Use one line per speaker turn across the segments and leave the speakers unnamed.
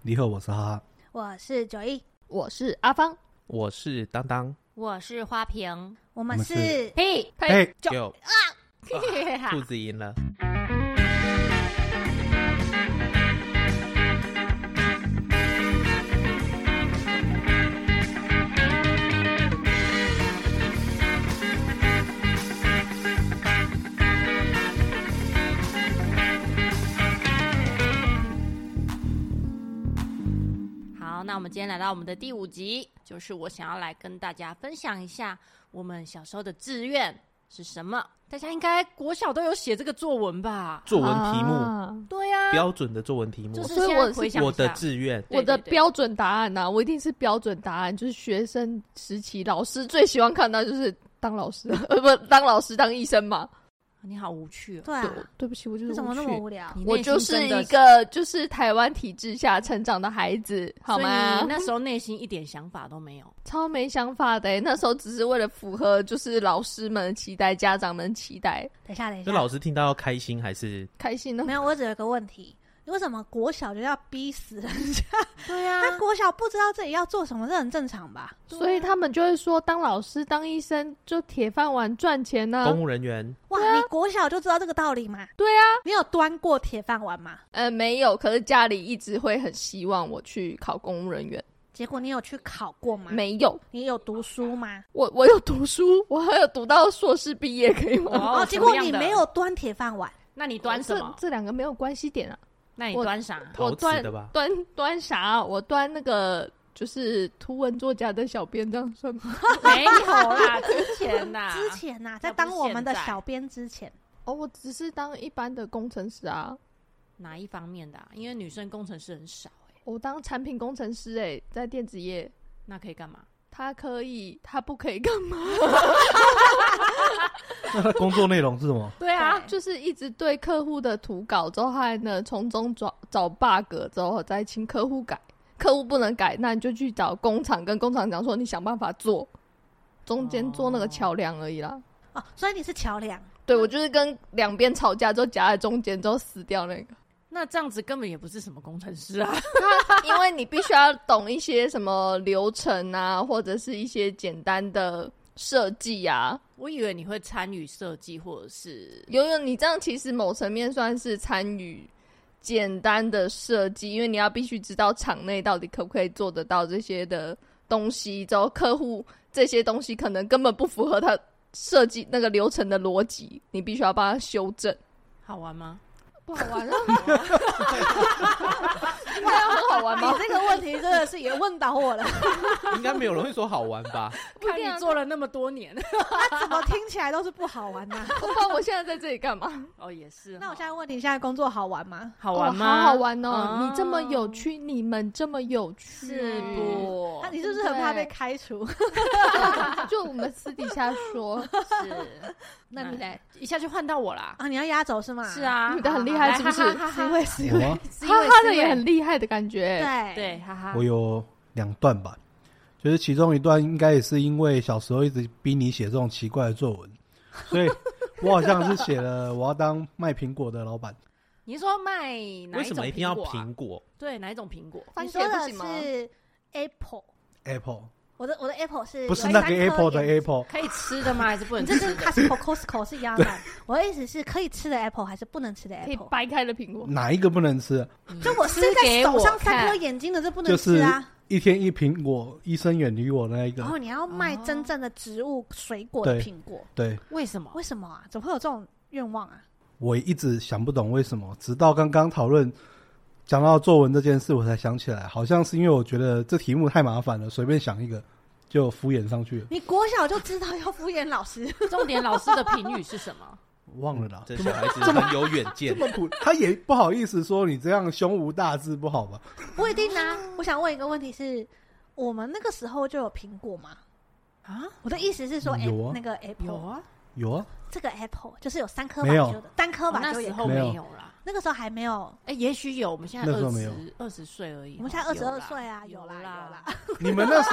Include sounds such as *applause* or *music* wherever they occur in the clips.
你好，我是哈哈。
我是九一，
我是阿芳，
我是当当，
我是花瓶，
我们
我们
是
是
呸！
嘿，
就
就
哈
兔子赢了。
好，那我们今天来到我们的第五集，就是我想要来跟大家分享一下我们小时候的志愿是什么。大家应该国小都有写这个作文吧？
作文题目、
啊
对呀、
标准的作文题目
就，是
所以
现
我
在
是
回想一
我的
下
志愿
对
我的
对对
标准答案啊呐、我一定是标准答案，就是学生时期老师最喜欢看到就是当老师， *laughs* 呃，不当老师当医生嘛。
你好无趣哦。
对啊
对，，对不起，我就是
为什么那
无
么
趣
无聊？
你
我
内心
就是
真的
一，个就是台湾体制下成长的孩子，好
所以
吗
你？那时候内心一点想法都没有。
超没想法的欸、那时候只是为了符合就是老师们的期待、家长们的期待，
等一下，等一
这
下，
老师听到要开心还是
开心呢
没。有，我只有一个问题。你为什么国小就要逼死人家？
对啊呀
他国小不知道自己要做什么，这很正常吧？
啊
所以他们就会说，当老师、当医生就铁饭碗赚钱呢、
公务人员？
哇，
啊
你国小就知道这个道理吗？
对啊，
你有端过铁饭碗吗？
呃，没有，可是家里一直会很希望我去考公务人员，
结果你有去考过吗？，
没有，
你有读书吗？
我我有读书， *laughs* 我还有读到硕士毕业，可以吗？
哦，
结
什么
果
样
你
的
没，有端铁饭碗，
那你端什么
这？这两个没有关系点啊，
那你
我
端啥？
陶
我
瓷
端
的吧
*laughs* 端端啥啊？我端那个就是图文作家的小编，这样算吗？
*laughs* 没有啦，之前
*laughs*
呐，
之前呐、在
那不
当
是
我们的
现在
小编之前，
*laughs* 哦，我只是当一般的工程师啊，
*laughs* 哪一方面的啊？因为女生工程师很少哎，
我当产品工程师、欸，在电子业，
那可以干嘛？
他可以，他不可以干嘛？
那哎 *laughs* 他工作内容是什么？
对
啊
就是一直对客户的图稿之后，还能从中找找 bug 之后，再请客户改。客户不能改，那你就去找工厂，跟工厂讲说你想办法做，中间做那个桥梁而已啦。
哦，所以你是桥梁，
对，我就是跟两边吵架之后夹在中间之后死掉那个，
那这样子根本也不是什么工程师啊。
*laughs* 因为你必须要懂一些什么流程啊，或者是一些简单的设计啊。
我以为你会参与设计或者是
有有，你这样其实某层面算是参与简单的设计，因为你要必须知道场内到底可不可以做得到这些的东西，之后客户这些东西可能根本不符合他设计那个流程的逻辑，你必须要帮他修正。
好玩吗？
不好玩啊！那样很
啊
好玩
你
*laughs* 吗？
这个问题真的是也问倒我了，
应该没有人会说好玩吧？
不一
看
定啊
你做了那么多年，
那怎么哦听起来都是不好玩呢、
不然我现在在这里干嘛？
*laughs* 哦，也是哦。
那我现在问你，现在工作好玩吗？
好玩
哦
吗？
好好玩哦！
嗯
你这么有趣，你们这么有趣，
是不
啊那、？你是不是很怕被
对
开除？
*laughs* 就我们私底下说，
是，
那你
来一下就换到我啦。
*laughs* 啊，你要压轴是吗？
是，啊，
你的很厉害是不是
来哈哈哈
因
哈
为是
有啊，
是因
哈
为
哈
是
的
因为
也很厉害的感觉。
对
对，，哈哈。
我有两段吧，就是其中一段应该也是因为小时候一直逼你写这种奇怪的作
*laughs*
文，所以我好像是写了我要当卖苹果的老板，
你说卖哪
为
一
什
种
么一定要
苹果啊？
苹果
对，哪一种苹果？
番
你
茄
说
不
的
行吗
是 Apple，
Apple，
我的我的 Apple 是
不是那个
有三颗
Apple 的
眼
Apple，
可以吃的吗？还是不能
你这
吃
跟
的？
Costco、Costco 是一样的。我的意思是可以吃的 Apple 还是不能吃的
可以
Apple？
掰开的苹果，
哪一个不能吃？
就我伸在手上三颗眼睛的，这不能吃啊。
一天一苹果，医生远离我那一个
然，后你要卖真正的植物、水果的
对
苹果，
对
为什么？
为什么啊？怎么会有这种愿望啊？
我一直想不懂为什么，直到刚刚讨论讲到作文这件事，我才想起来，好像是因为我觉得这题目太麻烦了，随便想一个就敷衍上去了，
你国小就知道要敷衍老师，
*laughs* 重点老师的评语是什么？
忘了啦。
这
这
小
么
孩子很有远见
这，么苦，他也不好意思说你这样胸无大志不好吧？
不一定啊。我想问一个问题是，我们那个时候就有苹果吗？
啊，
我的意思是说，
有
Apple-
啊
那个
有
Apple，
啊，
有啊，
这个 Apple 就是有三颗
没
把
有
揪的，单颗
我
把
那
揪也
时
可以
候
没有
没有啦。
那个时候还没有，
哎，也许有，我们现在
那时候
二
没有
十二十岁而已哦。
我们现在
有啦
22岁啊有啦有啦。
*laughs* 你们那时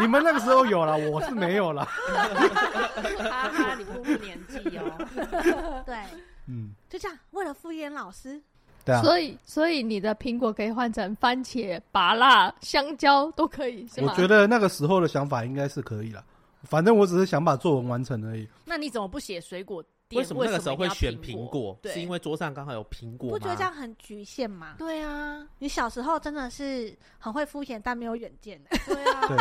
你们那个时候有啦，我是没有啦。
*laughs* 哈哈，你不负年纪哦。
对，
*laughs* 嗯，
就这样，为了敷衍老师，
对啊，
所以所以你的苹果可以换成番茄、拔辣、香蕉都可以，是
我
吗？
觉得那个时候的想法应该是可以了。反正我只是想把作文完成而已。
那你怎么不写水果店？
为什么那个时候会选
苹
苹果？
对，
是因为桌上刚好有苹果吗？
不觉得这样很局限吗？
对啊，
你小时候真的是很会肤浅，但没有远见。 *laughs*
对啊， *laughs*
对，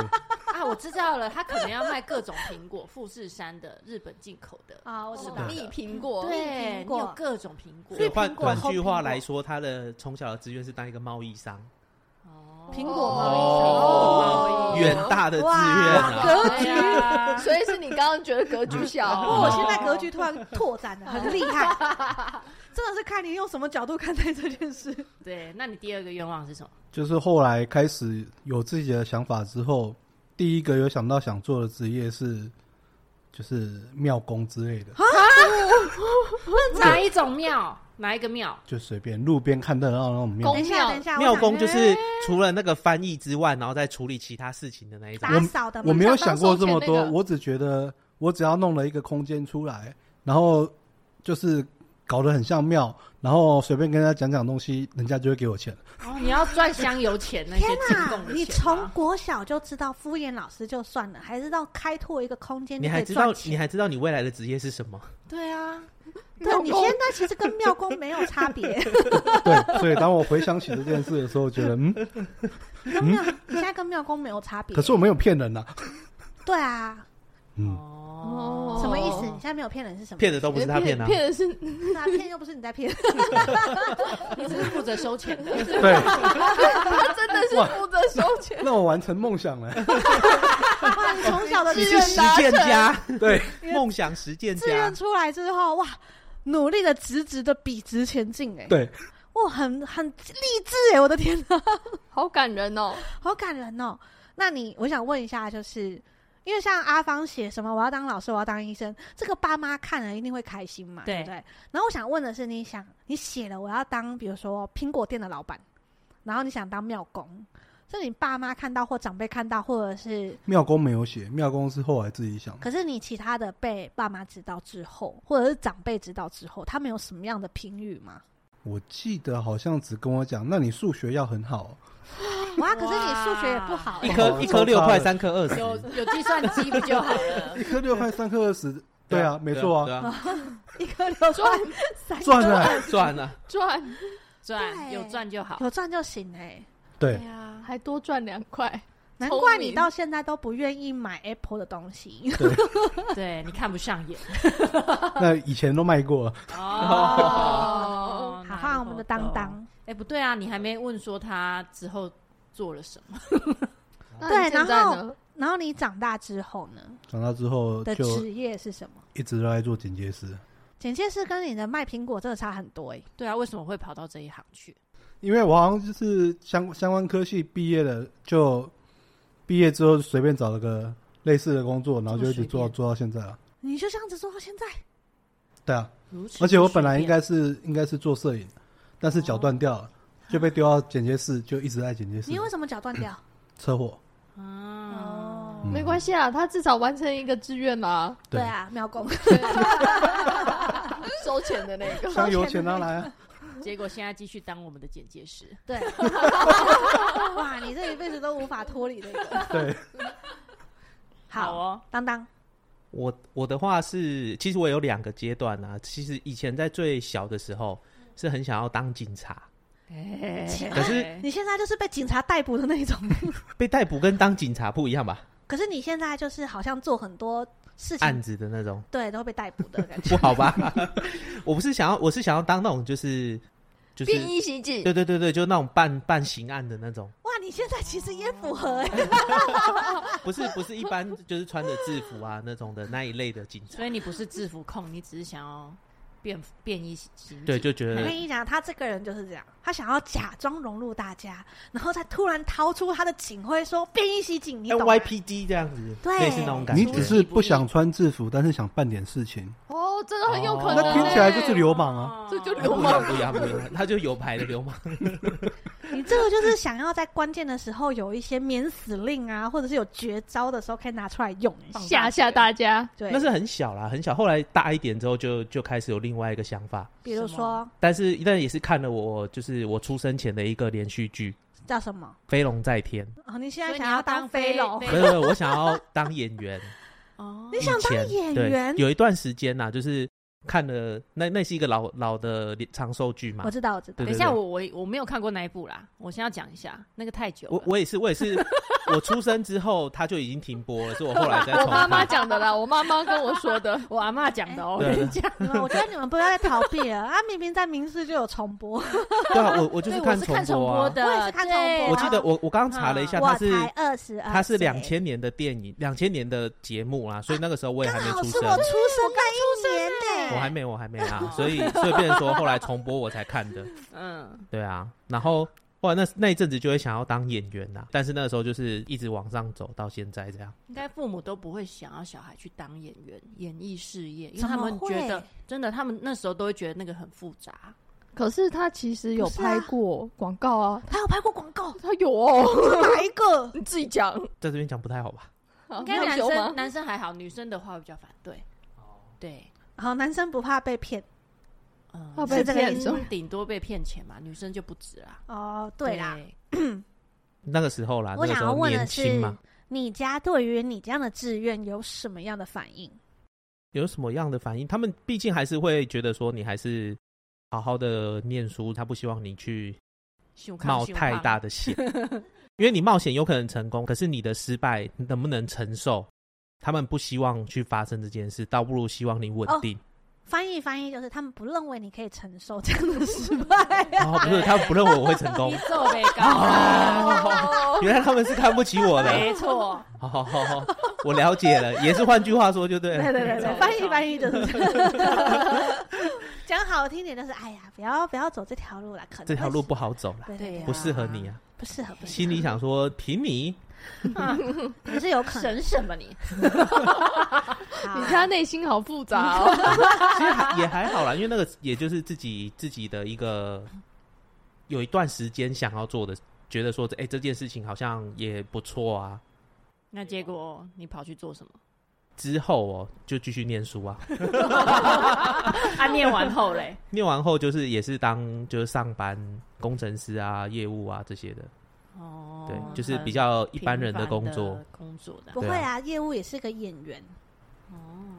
啊，我知道了，他可能要卖各种苹果，富士山的、日本进口的，
啊，我知
是
道
吧
了
蜜苹果，
对，
苹
你
果
有各种苹果
所以换
苹果
短
后
句
苹
话
果
来说，他的从小的志愿是当一个贸易商，
哦
苹果
贸易
哦
哦
远大的志愿
哇
啊！
格
对啊
所以是你刚刚觉得格局小，
不过我现在格局突然拓展 *laughs* 了，很厉害，真的是看你用什么角度看待这件事。
对，那你第二个愿望是什么？
就是后来开始有自己的想法之后，第一个有想到想做的职业是，就是庙工之类的，
哪一种庙？哪一个庙？
就随便路边看得到那种庙
公
等一下，
庙
等一下，
庙
我想
工就是除了那个翻译之外，然后再处理其他事情的那一种。
打扫的嘛，
我没有想过这么
像
多
当，收钱那个
我只觉得我只要弄了一个空间出来，然后就是搞得很像庙，然后随便跟他讲讲东西，人家就会给我
*laughs*
钱。
哦，你要赚香油钱那些
天
进
哪
贡！的
你
钱吗
从国小就知道敷衍老师就算了，还知道开拓一个空间
你
就可
还
以
知道
赚钱
你还知道你未来的职业是什么？
对啊，
对，你现在其实跟庙工没有差
*laughs*
别，
嗯
对，所以当我回想起这件事的时候，觉得
*laughs*
嗯，
跟庙你现在跟庙工没有差别。
可是我没有骗人呐、
对啊，
*laughs*
嗯，
哦
什么意思？你现在没有骗人是什么？
骗的都不是他
骗
的、啊，
骗的是
是啊，骗又不是你在
*laughs*
骗，
你只是负责收钱的，
对，
他真的是负责收钱，
那我完成梦想了。
哇！你从小的
你
志
是
愿
实践家， *laughs*
对，
梦想实践
志
家
愿。出来之后，哇，努力的直直的笔直前进，哎，
对，
哇，很很励志哎，我的天哪，
好感人哦。
好感人哦。那你我想问一下，就是因为像阿芳写什么我要当老师，我要当医生，这个爸妈看了一定会开心嘛，
对
对不对？然后我想问的是，你想你写了我要当，比如说苹果店的老板，然后你想当庙工，这你爸妈看到或长辈看到，或者是
庙公没有写，庙公是后来自己想的。
可是你其他的被爸妈知道之后，或者是长辈知道之后，他们有什么样的评语吗？
我记得好像只跟我讲，那你数学要很好哦、
哇，可是你数学也不好、
一
欸，
颗一颗六
啊
块，三颗二
*laughs* 有
十，
有计算机不就好了？
一颗六块，三颗二十。对啊，没错啊，
对
*laughs*
啊，
一颗六块
赚
三
赚了。
*laughs* 赚啊！
赚，
赚
对
有赚就好。
有赚就行哎、
对，
呀，还多赚两块，
难怪你到现在都不愿意买 Apple 的东西。
对你看不上眼
那以前都卖过了，
*laughs*
哦 *laughs*
好好，我们的当。当，
哎，不对啊，你还没问说他之后做了什么？
那你现在
然后
呢
然后你长大之后呢
长大之后
的
就
职业是什么？
一直都在做剪接师，
简介是跟你的卖苹果真的差很多哎、
对啊，为什么会跑到这一行去？
因为我好像就是相相关科系毕业了，就毕业之后随便找了个类似的工作，然后就一直做
这么随
到
便
做到现在啊。
你就这样子做到现在，
对啊，
如此
而且我本来应该是应该是做摄影，但是脚断掉了，就被丢到剪接室，就一直在剪接室
你。为什么脚断掉？
车祸，
啊，
哦，
嗯
没关系啊，他至少完成一个志愿啦，
对啊，妙工， *laughs*
收钱的那
*laughs*
个。
香油钱拿来啊！
结果现在继续当我们的剪接师。
对， *laughs* 哇，你这一辈子都无法脱离
*laughs*
这个。
对，
好，
哦，
当当，
我我的话是，其实我有两个阶段啊。其实以前在最小的时候是很想要当警察，
哎
可是
*laughs* 你现在就是被警察逮捕的那一种， *laughs*
被逮捕跟当警察不一样吧？
可是你现在就是好像做很多事
案
情，
子的那种
对，都会被逮捕的感觉。
不好吧？ *laughs* 我不是想要，我是想要当那种就是就是
便衣袭警，
对对对对，就那种办办刑案的那种，
哇，你现在其实也符合、欸，
不是不是一般就是穿着制服啊那种的那一类的警察
所。以你不是制服控，你只是想要变变衣行。
对，就觉
我跟
得
你讲，他这个人就是这样，他想要假装融入大家，然后再突然掏出他的警徽说“便衣袭警”，你懂吗？
YPD 这样子，
对
类似那种感觉。
你只是不想穿制服，但是想办点事情。
哦，哦，真的很有可能、欸。
那
哦
听起来就是流氓啊！
哦
这就流
不一
氓
样，不一样，不一样，他就有牌的流氓。
你这个就是想要在关键的时候有一些免死令啊，或者是有绝招的时候可以拿出来用一下。
吓吓大家。
对，
那是很小啦，很小。后来大一点之后就，就开始有另外一个想法。
比如说
但是，但也是看了我就是我出生前的一个连续剧《
叫什么？
飞龙在天
哦，你现
所
在
以你
想
要
当
当飞
龙
飞？》，
没有，没有我想要当演员。
哦
*laughs* 你想
以
当
前
演
嗯对
员
有一段时间呐、就是看了那那是一个老老的长寿剧嘛
我。知道，我知道
对
等一下，我我我没有看过那一部啦，我先要讲一下，那个太久了。
我我也是，我也是，我出生之后他就已经停播了，是我后来再
我
重
妈妈
看。
讲的啦，我妈妈跟我说
*laughs*
的。
我阿妈讲的哦，我
对
跟你讲，
你们，我觉得你们不要再逃避了啊！明明在明视就有重
*laughs*
播，
对啊，我我就
对，
是
我是
重
看重
播
播
啊。
的，
我也是看重播嗯
对
我记得我我刚刚查了一下，
我
它是
才二十二，
它是两，千年的电影，两千年的节目啦，所以那个时候我也还
刚
没
好
出
是
生，
我出生那一年呢、
我还没我还没啊，所以所以变成说后来重播我才看的。
嗯，
对啊，然后后来那那一阵子就会想要当演员啦，但是那个时候就是一直往上走到现在这样。
应该父母都不会想要小孩去当演员、演艺事业，因为
怎么
他们觉得
会
真的，他们那时候都会觉得那个很复杂。
可是他其实有拍过广告啊，
他有拍过广告，
他有哦，
是哪一个？
你自己讲。
在这边讲不太好吧？
好
应该
害
男
羞
生
吗？
男生还好，女生的话会比较反对。
哦
对，
好，男生不怕被骗
嗯，
怕
是
被
这个
骗
意思
是吗
顶多被骗钱嘛，女生就不止啦。
哦。对啦，，
那个时候啦，
我
啊那个
想
时
要
候
问的
年轻
是
嘛，，
你家对于你这样的志愿有什么样的反应？
有什么样的反应？他们毕竟还是会觉得说你还是好好的念书，他不希望你去
胸康
冒太大，的险，因为你冒险有可能成功，可是你的失败能不能承受？他们不希望去发生这件事，倒不如希望你稳定。
翻译翻译就是他们不认为你可以承受这样的失
*laughs*
败、
然后、哦不是，他们不认为我会成
*laughs* 胸
功
康，胸胖你皱眉
*laughs*
高，
原来他们是看不起我的。
没错，
好好好好，我了解了，也是哎换句话说就对
对
了。
对对对，翻译翻译就是这
*laughs*
样讲好听点就是，哎呀，不要不要走这条路了，可能
这条
会
路不好走了，
对
对呀
不适合你啊。
不适合，不适
心里想说，凭你，
合，也是有 *laughs* 可能。
省什么你？
好
*laughs* 你
啊
家内心好复杂
*laughs*
哦。
*laughs* 其实还也还好啦，因为那个也就是自己自己的一个有一段时间想要做的，觉得说，哎、这件事情好像也不错啊。
那结果你跑去做什 *laughs* 么？
之后哦，就继续念书啊， *laughs*
啊，念完后嘞，
念完后就是也是当就是上班工程师啊、业务啊这些的，
哦，
对，就是比较一般人的工作。，
工作的
不会啊，业务也是个演员，
哦，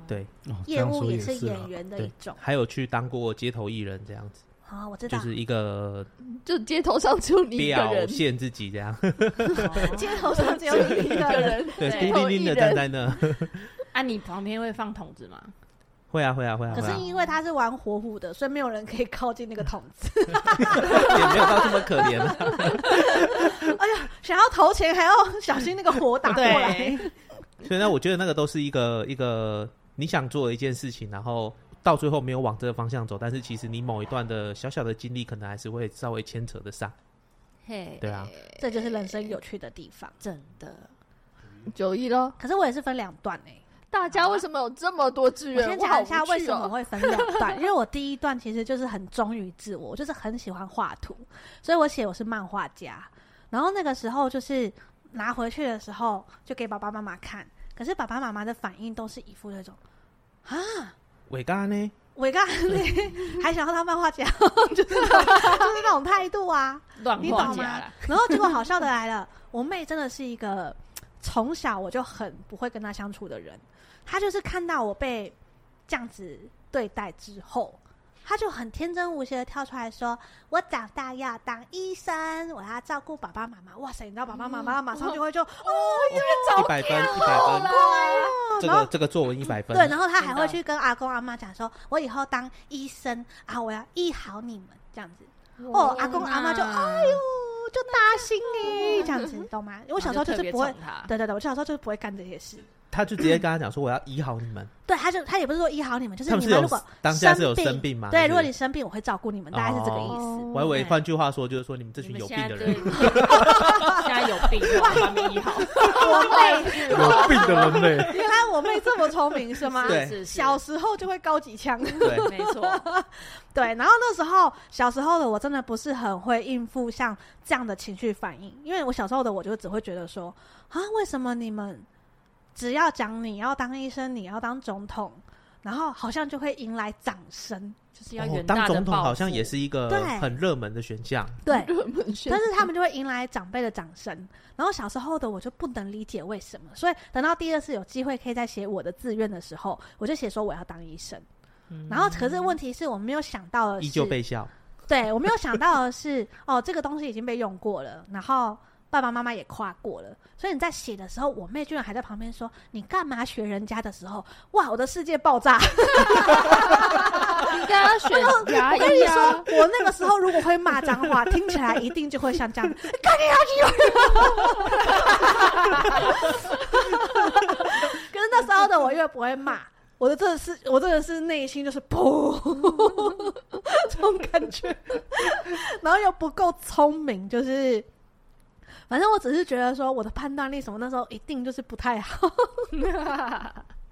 对，
哦这
业
样
务
说也
是
啊
演员的一种。
还有去当过街头艺人这样子，
好，我知
就
道，
是一个
就街头上只有你一个
表
人，
现自己这样，
哦
街头上只有你一个
一个
人。 *laughs*
人
对，
对
孤零零的站在那，
啊，你旁边会放筒子吗？
会啊会啊会啊，
可
会
是
啊，
因为他是玩火虎的，所以没有人可以靠近那个筒 *laughs* 子。
也没有到这么可怜啊。
想要投钱，还要小心那个火打过来。 *laughs*
所以呢，我觉得那个都是一个一个你想做的一件事情，然后到最后没有往这个方向走，但是其实你某一段的小小的经历，可能还是会稍微牵扯得上。
嘿，
对啊，
这就是人生有趣的地方。
真的，
九一咯。
可是我也是分两段哎、
大家为什么有这么多志
我
愿？
先
我好
讲一下
无趣哦
为什么会分两段，因为我第一段其实就是很忠于自我，我就是很喜欢画图，所以我写我是漫画家。然后那个时候就是拿回去的时候就给爸爸妈妈看，可是爸爸妈妈的反应都是一副那种啊，
伟刚呢，
我
*laughs*
刚你 *laughs* 还想要当漫画家， *laughs* 就是那种就是那种态度啊。
乱
你
画
懂
家
吗 *laughs*
啦，？嗯
然后结果好笑的来了，我妹真的是一个从小我就很不会跟她相处的人，她就是看到我被这样子对待之后，她就很天真无邪的跳出来说：“我长大要当医生，我要照顾爸爸妈妈。”哇塞，你知道爸爸妈妈马上就会就、
一百分，一百分，这
啊然后
个这个作文一百分
对，，然后他还
真
会
的
去跟阿公阿妈讲说：“我以后当医生啊，我要医好你们。”这样子，哦，阿公阿妈
嗯
就哎呦，就大心 *laughs* 你这样子，你懂吗？我
我
小时候就是不会，
他，
对对对，我小时候就是不会干这些事。
他就直接跟他讲说我要医好你们，
对，他就他也不是说医好你们，就是
他们
你
是
们
有
如果
当下是有
生
生病嘛？
对，
是
如
不
果
是
你生病，我会照顾你们，大概是这个意思。
我还以为换句话说就是说你们这群有病的人，
现
*laughs*
在有病，把他们医好。
我妹，
*laughs*
*laughs*
有病的人类。
原来我我妹这么聪明是吗？
对
是是是
小时候就会高几枪。
对，
没错，
对，然后那时候小时候的我真的不是很会应付像这样的情绪反应，因为我小时候的我就只会觉得说啊，为什么你们只要讲你要当医生，你要当总统，然后好像就会迎来掌声，
就是要
哦
远
当
大的
总统
抱
好像
负
也是一个
对
很热门的选项，
对，
热门选
但是他们就会迎来长辈的掌声。然后小时候的我就不能理解为什么，所以等到第二次有机会可以再写我的志愿的时候，我就写说我要当医生。然后可是问题是我没有想到的是，
嗯依旧被笑。
对我没有想到的是，哦，这个东西已经被用过了，然后爸爸妈妈也夸过了，所以你在写的时候，我妹居然还在旁边说：“你干嘛学人家的时候，哇，我的世界爆炸！” *laughs*
应该要选牙
我跟你
医
说
啊，，
我那个时候如果会骂脏话，听起来一定就会像这样，干你 *laughs* 垃圾！可是那时候的我因为不会骂，我的真的是我真的是内心就是噗 *laughs* 这种感觉，然后又不够聪明，就是。反正我只是觉得说我的判断力什么那时候一定就是不太好， *laughs*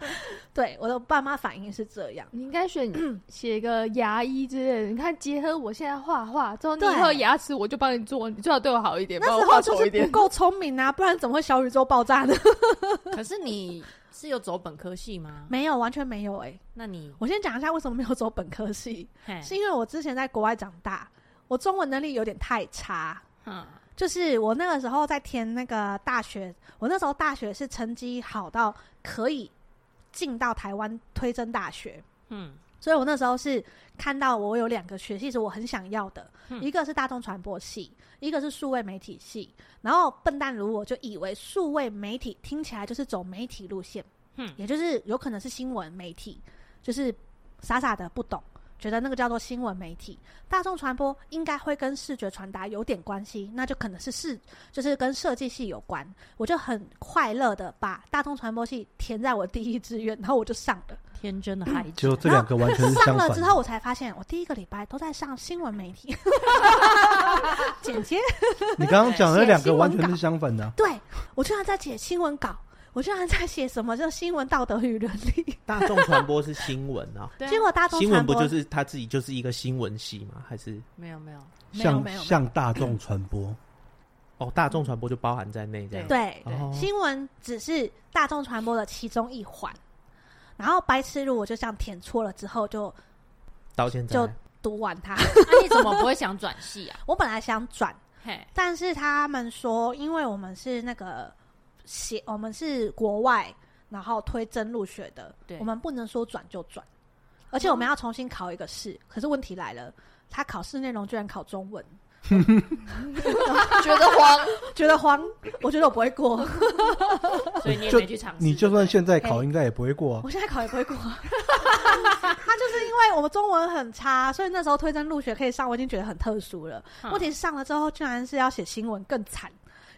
对我的爸妈反应是这样，
你应该选
*clears throat*
写个牙医之类的。你看，结合我现在画画之后，你
对
以后牙齿我就帮你做，你最好对我好一点，帮
那
我
时
画
候就
丑
是
一
不
点。
够聪明啊，不然怎么会小宇宙爆炸呢？
可是你是有走本科系吗？
*laughs* 没有，完全没有哎、
那你
我先讲一下为什么没有走本科系，
嘿
是因为我之前在国外长大，我中文能力有点太差。
嗯
就是我那个时候在填那个大学，我那时候大学是成绩好到可以进到台湾推甄大学，
嗯
所以我那时候是看到我有两个学系是我很想要的，
嗯
一个是大众传播系，一个是数位媒体系。然后笨蛋如我就以为数位媒体听起来就是走媒体路线，
嗯
也就是有可能是新闻媒体，就是傻傻的不懂，觉得那个叫做新闻媒体。大众传播应该会跟视觉传达有点关系，那就可能是视就是跟设计系有关。我就很快乐的把大众传播系填在我第一志愿，然后我就上了。
天真的孩子，
就这两个完全是
*laughs* 上
相
了
反
之
的。
后，我才发现我第一个礼拜都在上新闻媒体剪接，
你刚刚讲的两
写
个
新闻
完全是相反的啊、
*laughs* 对我居然在写新闻稿，我居然在写什么叫新闻道德与伦理，
大众传播是新闻啊，
对啊
结果大众
新
传
闻不
播
就是他自己就是一个新闻系吗？还是
没有没有，
*laughs* 没有
像
没有没有嗯
像大众传播，
哦，大众传播就包含在内这样？
对
对
哦
新闻只是大众传播的其中一环。然后白痴如我就这样填错了之后就
到现在
就读完它。 *laughs*
那你怎么不会想转系啊？
我本来想转，
嘿，
但是他们说，因为我们是那个写，我们是国外，然后推甄入学的，
对
我们不能说转就
哦
转，而且我们要重新考一个试。可是问题来了，他考试内容居然考中文，
*laughs*
*laughs*
觉得慌，
觉得慌，我觉得我不会过，
所以你也
就
没去尝试。
你就算
对
现在考，应该也不会过、啊。
我现在考也不会过。 *laughs* 他就是因为我们中文很差，所以那时候推甄入学可以上，我已经觉得很特殊了。
嗯
问题是上了之后，居然是要写新闻，更惨。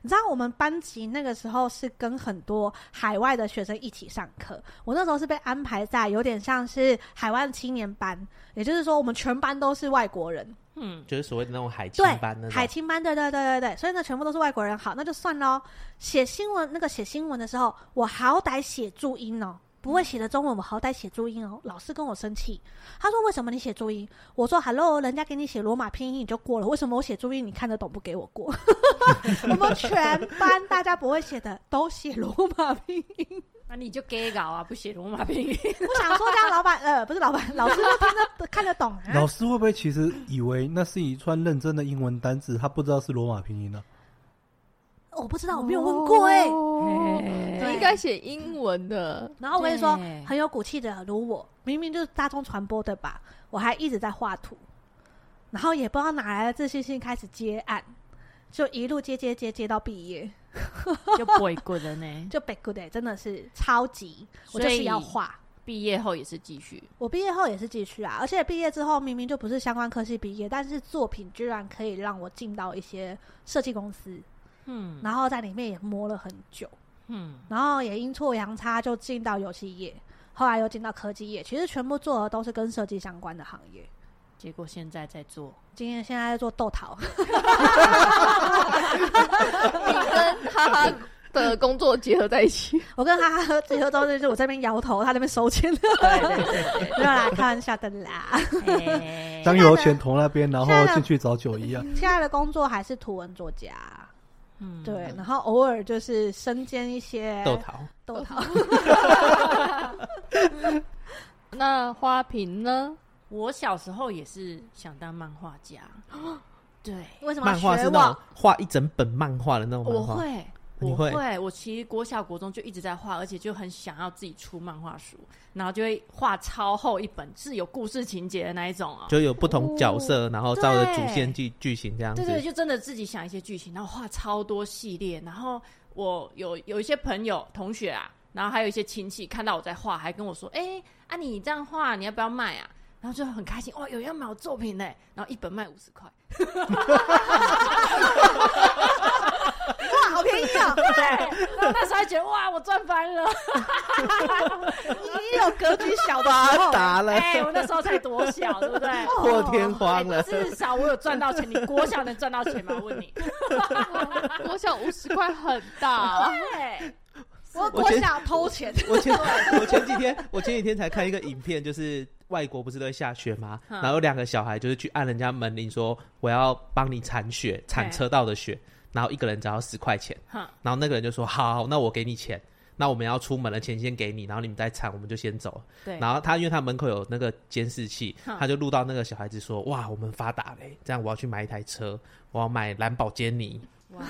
你知道我们班级那个时候是跟很多海外的学生一起上课，我那时候是被安排在有点像是海外青年班，也就是说我们全班都是外国人，
对嗯，
就是所谓的那种海青
对
班那，种
海青班，对对对对对，所以呢全部都是外国人，好，那就算喽。写新闻那个写新闻的时候，我好歹写注音哦。不会写的中文，我好歹写注音哦。老师跟我生气，他说：“为什么你写注音？”我说：“Hello，人家给你写罗马拼音你就过了，为什么我写注音你看得懂不给我过？” *laughs* 我们全班大家不会写的都写罗马拼音。
那你就 gay 搞啊，不写罗马拼音，
我想说，这样老板呃不是老板，老师就听得看得懂啊。
老师会不会其实以为那是一串认真的英文单字，他不知道是罗马拼音呢、
我不知道，我没有问
哦
过哎、
哦你应该写英文的，
然后我跟你说
对，
很有骨气的，如我明明就是大众传播的吧，我还一直在画图，然后也不知道哪来的自信心开始接案，就一路接接接接到毕业，
就不会滚了呢。
就 b a good day，真的是超级， *laughs* 我
所以
就是要画。
毕业后也是继续，
我毕业后也是继续啊，而且毕业之后明明就不是相关科系毕业，但是作品居然可以让我进到一些设计公司，
嗯
然后在里面也摸了很久。
嗯，
然后也阴错阳差就进到游戏业，后来又进到科技业，其实全部做的都是跟设计相关的行业。
结果现在在做，
今天现在在做豆桃，
你跟哈哈的工作结合在一起。 *laughs*
我跟他最后都是我在那边摇头，他在那边收钱，没有啦，开玩笑的啦。
*laughs* 哎
当油钱投那边，然后
现在的
进去找九一啊。
现在的工作还是图文作家，
嗯
对，然后偶尔就是身兼一些
豆桃，
豆桃，
那花瓶呢？
我小时候也是想当漫画家，对，
为什么
漫画
要
是
学
那
我
种？画一整本漫画的那种
我
漫画，
会，
你
我
会
会，我其实国小国中就一直在画，而且就很想要自己出漫画书，然后就会画超厚一本，是有故事情节的那一种哦。
就有不同角色，
哦
然后照着主线剧剧情这样子
对。对，就真的自己想一些剧情，然后画超多系列，然后我有有一些朋友同学啊，然后还有一些亲戚看到我在画，还跟我说：“哎、啊你这样画，你要不要卖啊？”然后就很开心，哦哇，有人要买我作品呢，然后一本卖五十块，
哇，好便宜
*laughs*
哦！
然后那时候还觉得哇，我赚翻 *laughs* 了。
你有格局小的时候，
打了，
哎、我那时候才多小，对不对？
破天荒了
哎至少我有赚到钱。你国小能赚到钱吗？我问 *laughs* 你。
我想五十块很
*laughs*
啊
大，啊
对，
我
我
国
觉得
小偷钱，
*laughs* 我前我前几天我前几天才看一个影片，就是外国不是都会下雪吗？
嗯
然后有两个小孩就是去按人家门铃说我要帮你铲雪，铲车道的雪，然后一个人只要十块钱，
哼，
然后那个人就说好好，那我给你钱。那我们要出门了，钱先给你，然后你们再铲，我们就先走了。
对，
然后他因为他门口有那个监视器，
哼
他就录到那个小孩子说：“哇，我们发达嘞！这样我要去买一台车，我要买兰博基尼。
哇”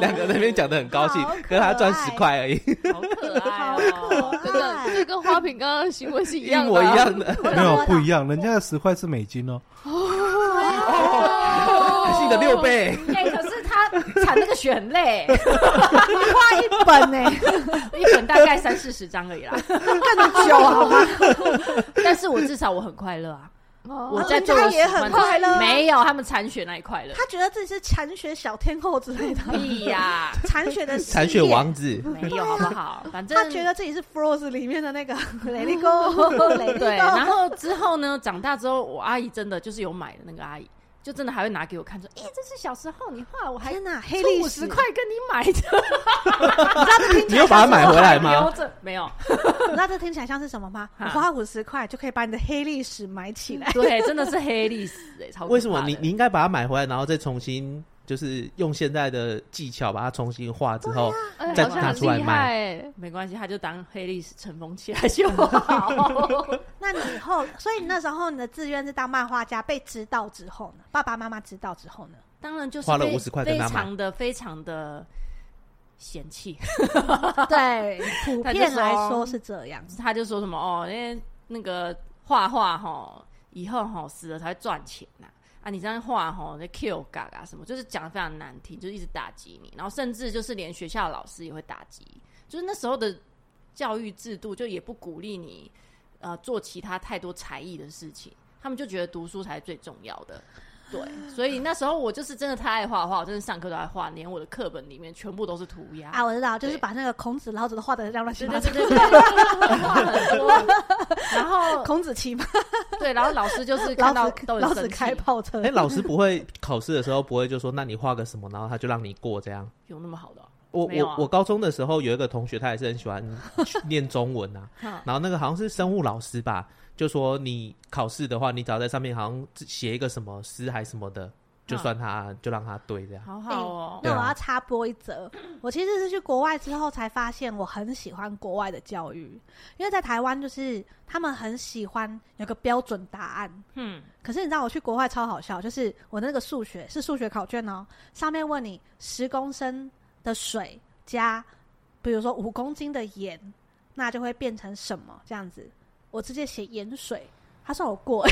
两个人在那边讲的很高兴
好可，
可是他赚
爱
十块而已，
好可爱
好
哦、
真
可
的，
爱。
这跟花瓶刚刚的行为是一
一 *laughs*
样的
模
啊，
一样的。
没有不一样，人家的十块是美金哦。
哦
*laughs* 可是你的六倍，
哎、可是他铲那个雪很累，
画一本呢、
一本大概三四十张而已啦。
看得久啊好吗？
但是我至少我很快乐啊，
哦。
我
我
在做我
人家也
喜欢
很
的事
快乐啊
没有他们铲雪那一快乐。
他觉得自己是铲雪小天后之类的，
屁呀、
铲
*laughs*
雪的事业
嗯残血，王子，
没有好
*laughs*
不好？反正
他觉得自己是 Froze 里面的那个 Lady Go，Lady
对，
Go
然后之后呢，长大之后，我阿姨真的就是有买的那个阿姨，就真的还会拿给
*laughs*
我看，说：“哎、这是小时候你画，我还
天哪，黑
出
历
五
史
十，块跟你买的，
*laughs* 你有把它买回 *laughs* 来吗
留？着没有？
你知道这听起来像是什么吗？我
啊
花五十块就可以把你的黑历史买起来。
对，真的是黑历史
*laughs*
哎、超可怕的
为什么你你应该把它买回来，然后再重新就是用现在的技巧把它重新画之后，
哎
再
好像
拿出来
很厉害欸，
没关系，他就当黑历史尘封起来就好。
那你以后，所以你那时候你的志愿是当漫画家，被知道之后呢？爸爸妈妈知道之
*laughs*
后呢？
当然就是
*laughs* 花了
非
50块跟
非
他买
常的非常的嫌弃，
对，普
他就
遍来
说
说嗯是这样。
他就说什么哦，因为那个画画哈，以后哈死了才会赚钱呐、啊。你这样画哈，那 Q 嘎嘎什么，就是讲的非常难听，就是一直打击你，然后甚至就是连学校的老师也会打击，就是那时候的教育制度就也不鼓励你呃做其他太多才艺的事情，他们就觉得读书才是最重要的。对，所以那时候我就是真的太爱画画，我真的上课都爱画，连我的课本里面全部都是涂鸦。
啊，我知道，就是
对
把那个孔子、老子都画的乱七
对
八
对
糟
对，对对，话很多。然后
孔子骑马，
对，然后老师就是看
老
到
子
都
老
很
子
生
开
气，
炮车
哎、，老师不会考试的时候不会就说，那你画个什么，然后他就让你过这样。
有那么好的哦、
我
没有
我
啊
我高中的时候有一个同学，他也是很喜欢念中文啊。
哈
然后那 *laughs* 个好像是生物老师吧，就说你考试的话，你只要在上面好像写一个什么诗还什么的，就算他就让他对这样。
好好哦。
对
那
啊
我要插播一则，我其实是去国外之后才发现，我很喜欢国外的教育，因为在台湾就是他们很喜欢有个标准答案。
嗯，
可是你知道我去国外超好笑，就是我那个数学是数学考卷哦，上面问你十公升的水加，比如说五公斤的盐，那就会变成什么这样子？我直接写盐水，他算我过、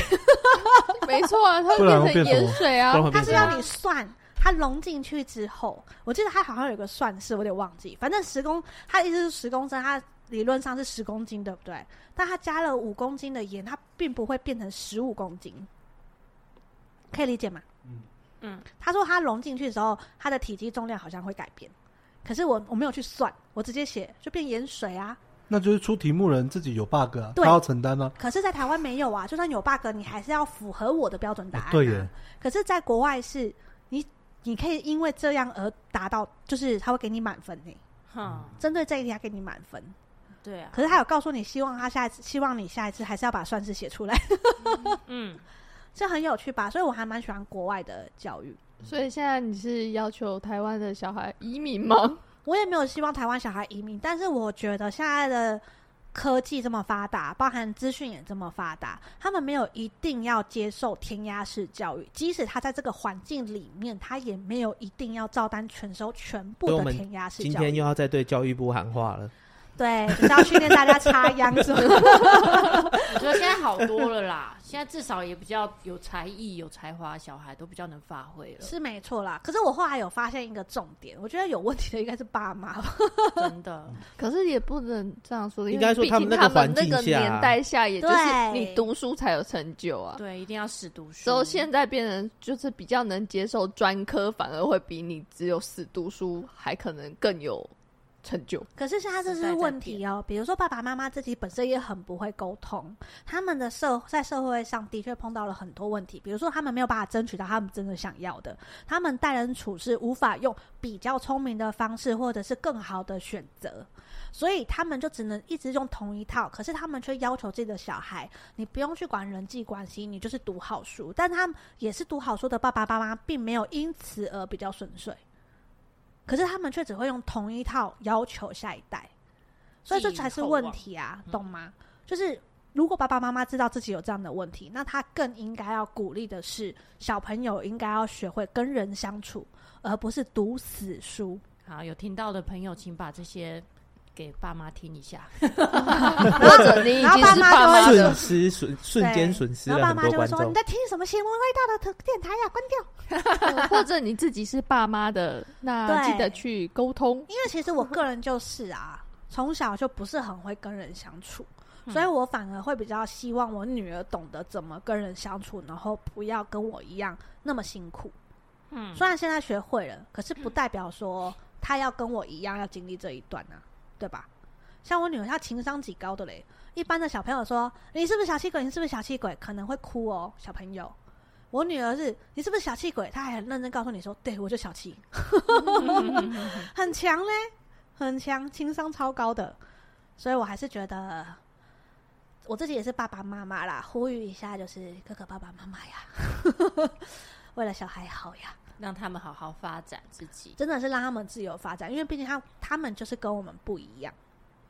没错啊，它
不然
会
会
变
变
成
什么
盐水啊
不然，
它
会变
是
成这样
要你算它融进去之后，我记得它好像有个算式，我有点忘记。反正十公，它的意思是十公升，它理论上是十公斤，对不对？但它加了五公斤的盐，它并不会变成十五公斤，可以理解吗？
嗯
嗯。
他说它融进去的时候，它的体积重量好像会改变，可是我我没有去算，我直接写就变盐水啊。
那就是出题目人自己有 bug 啊，
对
他要承担啊。
可是，在台湾没有啊，就算有 bug，你还是要符合我的标准答案、啊
哦对耶，
可是，在国外是你，你可以因为这样而达到，就是他会给你满分呢、
哼，
针对这一题，他给你满分。
对啊，
可是他有告诉你，希望他下一次，希望你下一次还是要把算式写出来， *laughs*
嗯，
这很有趣吧？所以我还蛮喜欢国外的教育。
所以现在你是要求台湾的小孩移民吗？
我也没有希望台湾小孩移民，但是我觉得现在的科技这么发达，包含资讯也这么发达，他们没有一定要接受填鸭式教育，即使他在这个环境里面，他也没有一定要照单全收全部
对我
的
们
填鸭式
今
教
天
育。
又要再对教育部喊话了。
对，就是要训练大家插秧什么的。
我觉得现在好多了啦， *laughs* 现在至少也比较有才艺、有才华，小孩都比较能发挥 *laughs* 了，
*laughs* 是没错啦。可是我后来有发现一个重点，我觉得有问题的应该是爸妈吧。
真的。
可是也不能这样说，因为
应该说
毕
他们
竟
那个
他们
环
那
境
个
下
年代下，也就是
对
你读书才有成就啊。
对，一定要死读书。
之后现在变成就是比较能接受专科，反而会比你只有死读书还可能更有成就。
可是现在这
时代
是
在
问题哦，比如说爸爸妈妈自己本身也很不会沟通，他们的社在社会上的确碰到了很多问题，比如说他们没有办法争取到他们真的想要的，他们待人处事无法用比较聪明的方式或者是更好的选择，所以他们就只能一直用同一套，可是他们却要求自己的小孩，你不用去管人际关系，你就是读好书，但他们也是读好书的爸爸妈妈，并没有因此而比较顺遂。可是他们却只会用同一套要求下一代，所以这才是问题啊，
嗯
懂吗？就是如果爸爸妈妈知道自己有这样的问题，那他更应该要鼓励的是小朋友应该要学会跟人相处，而不是读死书。
好，有听到的朋友，请把这些给爸妈听一下。
或者你已
然后
经
爸
是
妈就
爸
会
妈
瞬
的，
失瞬瞬间
对
损失
然后爸
了很
妈就
多
会
观
说：“你
众。
在听什么邪魔歪道的电台呀、关掉！”
或者你自己是爸妈的，那
对
记得去沟通。
因为其实我个人就是啊，从小就不是很会跟人相处，
嗯
所以我反而会比较希望我女儿懂得怎么跟人相处，然后不要跟我一样那么辛苦。
嗯，
虽然现在学会了，可是不代表说她要跟我一样要经历这一段啊，对吧？像我女儿，她情商几高的嘞。一般的小朋友说：“你是不是小气鬼？你是不是小气鬼？”可能会哭哦，小朋友。我女儿是：“你是不是小气鬼？”她还很认真告诉你说：“对，我就小气。”很强嘞，很强，情商超高的，所以我还是觉得我自己也是爸爸妈妈啦，呼吁一下，就是各个爸爸妈妈呀， *laughs* 为了小孩好呀，
*laughs* 让他们好好发展自己。
真的是让他们自由发展，因为毕竟他他们就是跟我们不一样，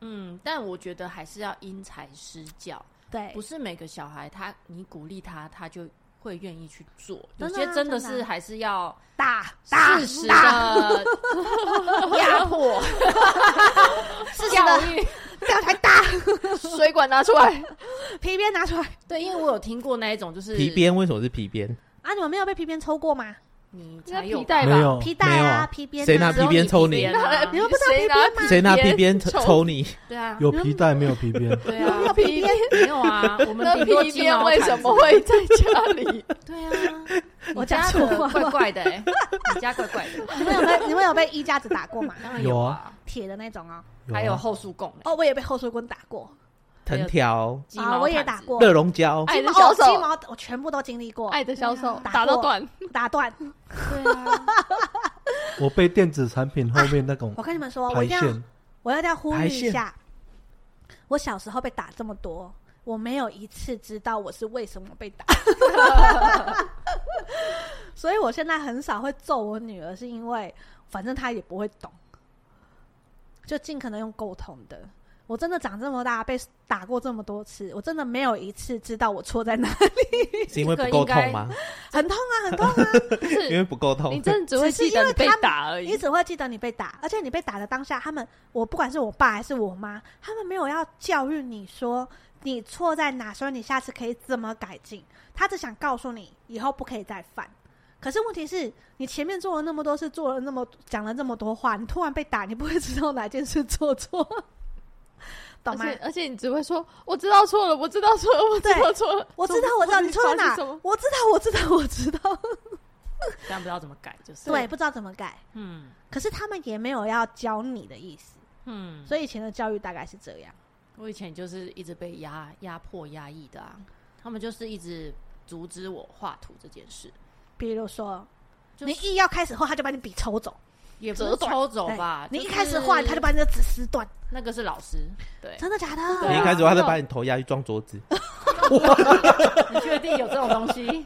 嗯，但我觉得还是要因材施教，
对
不，是每个小孩他你鼓励他，他就会愿意去做。有
真的啊
些真的
真的
是
啊
还是要
大大
适时
啊
的压迫、
是
教
的，
育。
吊台大，
*laughs* 水管拿出来，
皮鞭拿出来
对，因为我有听过那一种，就是
皮，鞭为什么是皮鞭？
啊！你们没有被皮鞭抽过吗？
你
那
才有
皮
吧
带
没
吧。
有，
皮
哦没
带
有
啊，，皮鞭、啊，
谁拿
只有
皮鞭抽你
鞭啊 *laughs*
那
你们不知道
谁拿
皮鞭吗
谁拿皮鞭抽抽你？
对啊，
有皮带没有皮
*laughs*
鞭？
对
*laughs*
啊，
有皮鞭，
没有啊，我们
那
顶多
皮
鸡
鞭
毛
为
掸
什
子
么会在家里？
对啊，
我
我
讲
家
错
的
话
怪怪的、欸，你家怪怪的，
你们有被你们有被衣架子打过吗？
当然
有
啊，
铁的那种哦，
还有
啊
后树拱、欸，
哦，我也被后水棍打过，
藤条、
鸡毛
啊我也
掸子
打过
热熔胶，
爱
鸡毛哎
的销售
哦鸡毛我全部都经历过，
爱的销售
打
打到
过
断，
打断。
对啊，
我被电子产品后面那种
我跟你们说，我
排
一定
*laughs*
要，
线，
我一定要呼吁
排
一
线
下，我小时候被打这么多，我没有一次知道我是为什么被打， *laughs* 所以我现在很少会揍我女儿，是因为反正她也不会懂，就尽可能用沟通的。我真的长这么大被打过这么多次，我真的没有一次知道我错在哪， *laughs* 哎
是因为不够痛吗？
很痛啊，很痛啊。
就
因
是
为不够
你
痛，
真的只会
只是
记
因
得
为
你被
他们
打而已
你。只会记得你被打，而且你被打的当下，他们我不管是我爸还是我妈，他们没有要教育你说你错在哪，所以你下次可以怎么改进，他只想告诉你以后不可以再犯。可是问题是你前面做了那么多事，做了那么讲了那么多话，你突然被打，你不会知道哪件事做
*laughs*
错，懂
而
吗？
且而且你只会说我知道错了，我知道错了，我知道错了，
我知道，我知道你错在
到底
哪
是什么，
我知道，我知道，我知道。
*laughs*
但不知道怎么改，就是
对，，不知道怎么改，
嗯
可是他们也没有要教你的意思，
嗯，
所以以前的教育大概是这样。
我以前就是一直被压压迫压抑的啊，他们就是一直阻止我画图这件事，
比如说，
就
你
是
一要开始后，他就把你笔抽走。哎
也不是抽走吧？
你一
就是
开始画，他就把你的纸撕断，
那个是老师，对，
真的假
对
的？
啊
你一开始他就把你头压去装桌子，
你确定有这种东 *laughs* 西？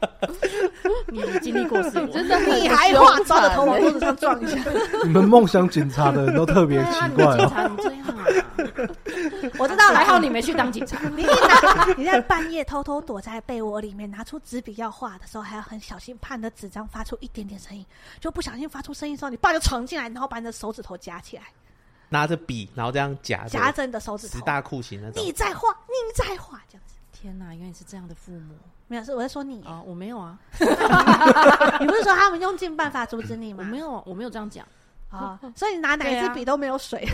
你经历过是我
真的很
你还画糟的头往桌子上撞一下，
你们梦想警察的人都特别
对
奇
啊，你
怪
们警
哦。
察你这
*laughs*
样啊，
我知道了。
还 *laughs* 好你没去当警察。
你一拿，你在半夜偷偷躲在被窝里面，拿出纸笔要画的时候，还要很小心，怕你的纸张发出一点点声音，就不小心发出声音的时候，你爸就闯进来，然后把你的手指头夹起来，
拿着笔，然后这样夹
夹
着
着你的手指
十
头，
大酷刑那种
你。再画，你再画，这样子。哦
天哪，原来是这样的父母
没有，是我在说你，
啊！我没有啊，
*laughs* 你不是说他们用尽办法阻止你
我
吗？
没有，我没有这样讲。
啊、所以你拿哪一
对
支
啊
笔都没有水，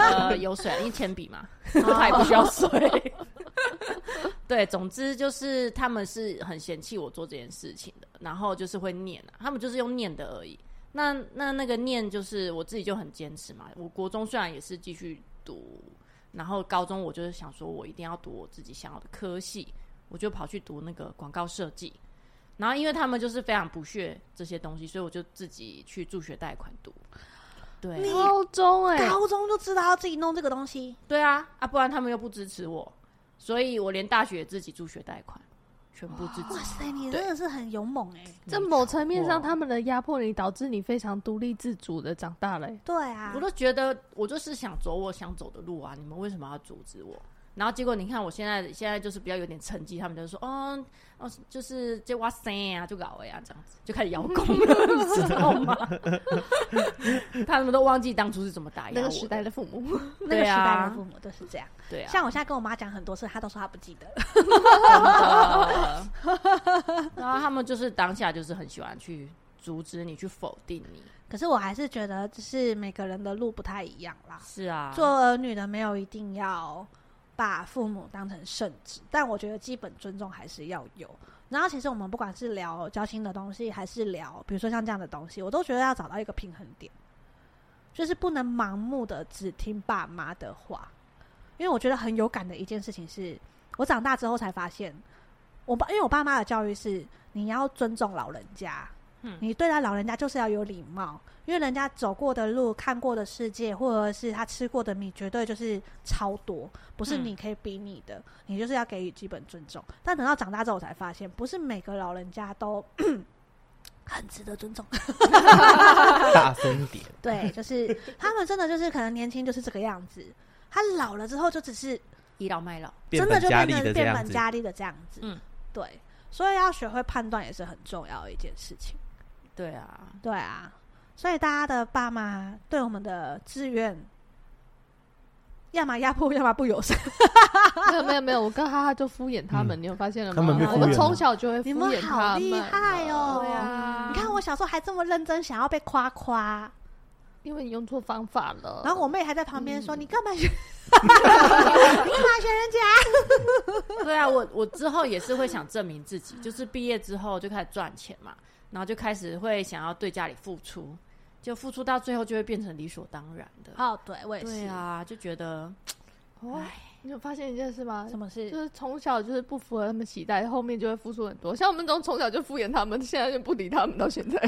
呃，有水啊，因为铅笔嘛，它也不需要水。 *laughs* 对，总之就是他们是很嫌弃我做这件事情的，然后就是会念啊，他们就是用念的而已。那那那个念就是我自己就很坚持嘛。我国中虽然也是继续读，然后高中我就是想说我一定要读我自己想要的科系，我就跑去读那个广告设计。然后因为他们就是非常不屑这些东西，所以我就自己去助学贷款读。对，
高中哎、
高中就知道要自己弄这个东西，
对啊，啊，不然他们又不支持我，所以我连大学也自己助学贷款，全部自己
哇。塞，你
哦对
真的是很勇猛哎、
在某层面
哇
上，他们的压迫你，导致你非常独立自主的长大了、欸。
对啊
我，都觉得我就是想走我想走的路啊，你们为什么要阻止我？然后结果你看我现在现在就是比较有点成绩，他们就说，哦哦，就是这哇塞啊，就搞哎呀这样子，就开始摇弓了，你知道吗？他们都忘记当初是怎么打压
那
我
个时代的父母，
那个时代
啊
的父母都是这样。
对啊，
像我现在跟我妈讲很多事，她都说她不记得。
*laughs* 然后他们就是当下就是很喜欢去阻止你，去否定你。
可是我还是觉得，就是每个人的路不太一样啦。
是啊，
做儿女的没有一定要把父母当成圣旨，但我觉得基本尊重还是要有。然后，其实我们不管是聊交心的东西，还是聊比如说像这样的东西，我都觉得要找到一个平衡点，就是不能盲目的只听爸妈的话。因为我觉得很有感的一件事情是，我长大之后才发现，我爸因为我爸妈的教育是你要尊重老人家，
嗯
你对待老人家就是要有礼貌，因为人家走过的路、看过的世界，或者是他吃过的米，绝对就是超多，不是
嗯
你可以比拟的，你就是要给予基本尊重。但等到长大之后，我才发现，不是每个老人家都 *clears throat* 很值得尊重。 *laughs*
大声一点，
对，就是他们真的就是可能年轻就是这个样子，他老了之后就只是
倚老卖老。
变
真的
本
就
加
变
厉
成
的这
变
样
本
子。
加厉的这样子。
嗯，
对，所以要学会判断也是很重要的一件事情。
对啊，
对啊，所以大家的爸妈对我们的志愿，要么压迫，要么不友善。
*laughs* 没有没有没有，我跟哈哈就敷衍他们，你有发现了吗？
嗯他们被
我们
敷衍
从
了
小就会敷
你们
衍
好
他
厉
们，
害哦！
对啊
你看我小时候还这么认真，想要被夸夸，
因为你用错方法了。
然后我妹还在旁边说：“你干嘛学？ *laughs* 你干嘛学人家
对啊，我我之后也是会想证明自己，就是毕业之后就开始赚钱嘛，然后就开始会想要对家里付出，就付出到最后就会变成理所当然？”的。
哦，对，我也
对啊，就觉 *laughs* 得
哦，你有发现一件事吗？
什么
就
事？
是从小就是不符合他们期待，后面就会付出很多。像我们这种从小就敷衍他们，现在就不理他们，到现在、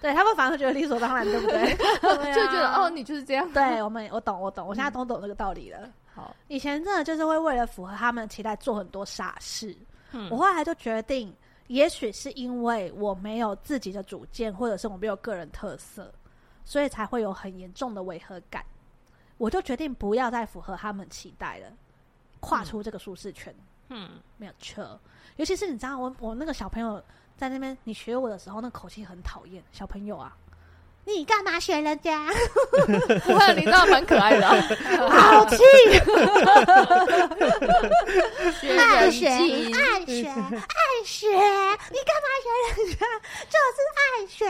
对他们反而会觉得理所当然，对不对？
啊
啊
*laughs* 就觉得哦，你就是这
*laughs*
样。
对我们，我懂，我懂，我现在都懂这个道理了。
好，
以前真的就是会为了符合他们的期待做很多傻事。
嗯
我后来就决定，也许是因为我没有自己的主见，或者是我没有个人特色，所以才会有很严重的违和感。我就决定不要再符合他们期待了，跨出这个舒适圈。
嗯，
没有错，尤其是你知道我我那个小朋友在那边你学我的时候，那口气很讨厌。小朋友啊， *laughs* 你干嘛学人家？
不会，啊你
*laughs*
知道蛮可爱的、啊，
好
*laughs*
气！ *laughs*
学
爱
人
学，
精
爱学，爱学，你干嘛学人家？就是爱学，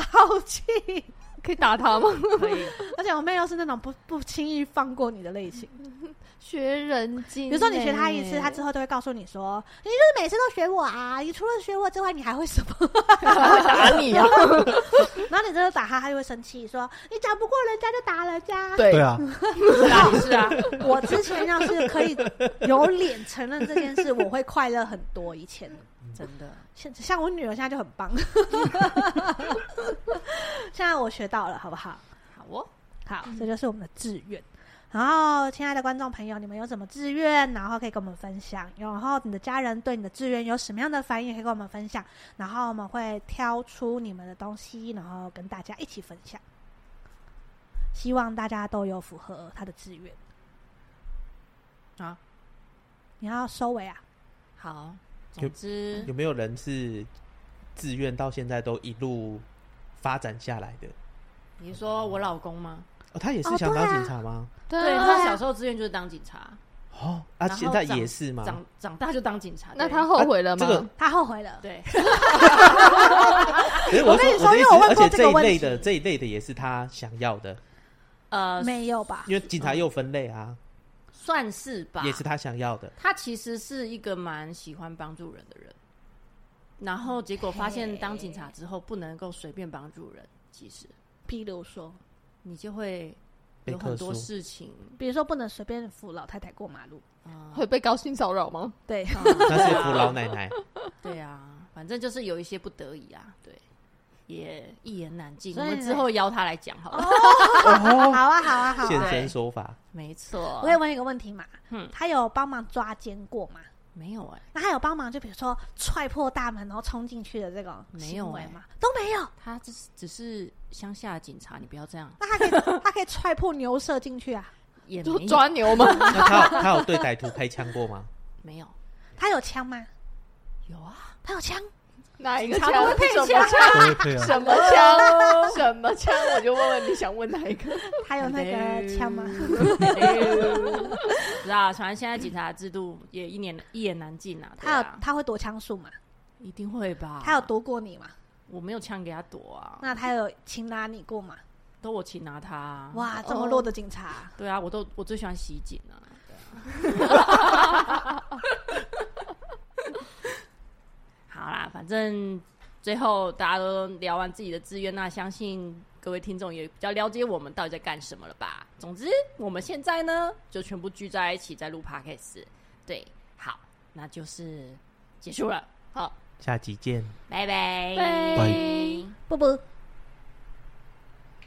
好气！
*laughs*
可以打他吗？
可以，
*laughs* 而且我妹又是那种不不轻易放过你的类型，
学人精欸。
比如说你学他一次，他之后就会告诉你说，你就是每次都学我啊，你除了学我之外，你还会什么？
打你啊！
然后你真的打他，他就会生气，说你讲不过人家就打人家。
对
对啊，
打你是啊，
我之前要是可以有脸承认这件事，我会快乐很多。以前
真的，
现像我女儿现在就很棒， *laughs* 现在我学到了，好不好？
好哦，
好，这就是我们的志愿。然后，亲爱的观众朋友，你们有什么志愿？然后可以跟我们分享。然后，你的家人对你的志愿有什么样的反应，也可以跟我们分享。然后，我们会挑出你们的东西，然后跟大家一起分享。希望大家都有符合他的志愿。
啊，
你要收尾啊？
好。
有
总之，
有没有人是自愿到现在都一路发展下来的？
你
啊
说我老公吗？
哦，他也是
哦
想当
对啊
警察吗？
对啊
对
他小时候志愿就是当警察，
哦，啊，
然后
现在
长
也是吗？
长长大就当警察。
那
对
他后悔了
这
吗？
个
他后悔了。
对，
可是
我
我
跟你
说
说
我的意
因为
思
我
是，
问
而
过
且
这
这
个
一
问
类的
题
这一类的也是他想要的，
呃，
没有吧？
因为警察又分类啊，
算是吧，
也是他想要的。
他其实是一个蛮喜欢帮助人的人，然后结果发现当警察之后不能够随便帮助人，其实
譬如说，
你就会
被
有很多
克诉
事情，
比如说不能随便扶老太太过马路。
啊，
会被高薪骚扰吗？
对，
啊
那是扶老奶奶，
对啊，反正就是有一些不得已啊，对，也一言难尽。
所
我
以哦
们之后邀他来讲好了，
哦
好啊，好啊，好啊。
现身说法。
没错，
我也问一个问题嘛，
嗯
他有帮忙抓奸过吗？
没有哎、
那他有帮忙，就比如说踹破大门然后冲进去的这种
没有
行为
欸
吗？都没有。
他只是只是乡下的警察，你不要这样，
那他可以， *laughs* 他可以踹破牛舍进去啊？
也
就
没有
抓牛吗？ *laughs*
那他有他有对歹徒开枪过吗？
没有
他有枪吗？
有啊，
他有枪？
哪一个
警察
枪？
不会配
什么
枪
都会配啊。
什么枪？什么枪？我就问问你想问哪一个？
他有那个枪吗？
不知道，反正现在警察制度也一年一言难尽啊。
*laughs* *laughs*
对
他有
啊，
他会躲枪术吗？
一定会吧？
他有躲过你吗？
我没有枪给他躲啊，
那他有擒拿你过吗？
都我擒拿他、啊。
哇，这么弱的警察，
对啊，我都我最喜欢袭警啊。对啊 *laughs* 好啦，反正最后大家都聊完自己的志愿，那相信各位听众也比较了解我们到底在干什么了吧。总之，我们现在呢就全部聚在一起在录 podcast。对，好，那就是结束了。好，
下集见。
拜拜，
拜
拜
哦不不。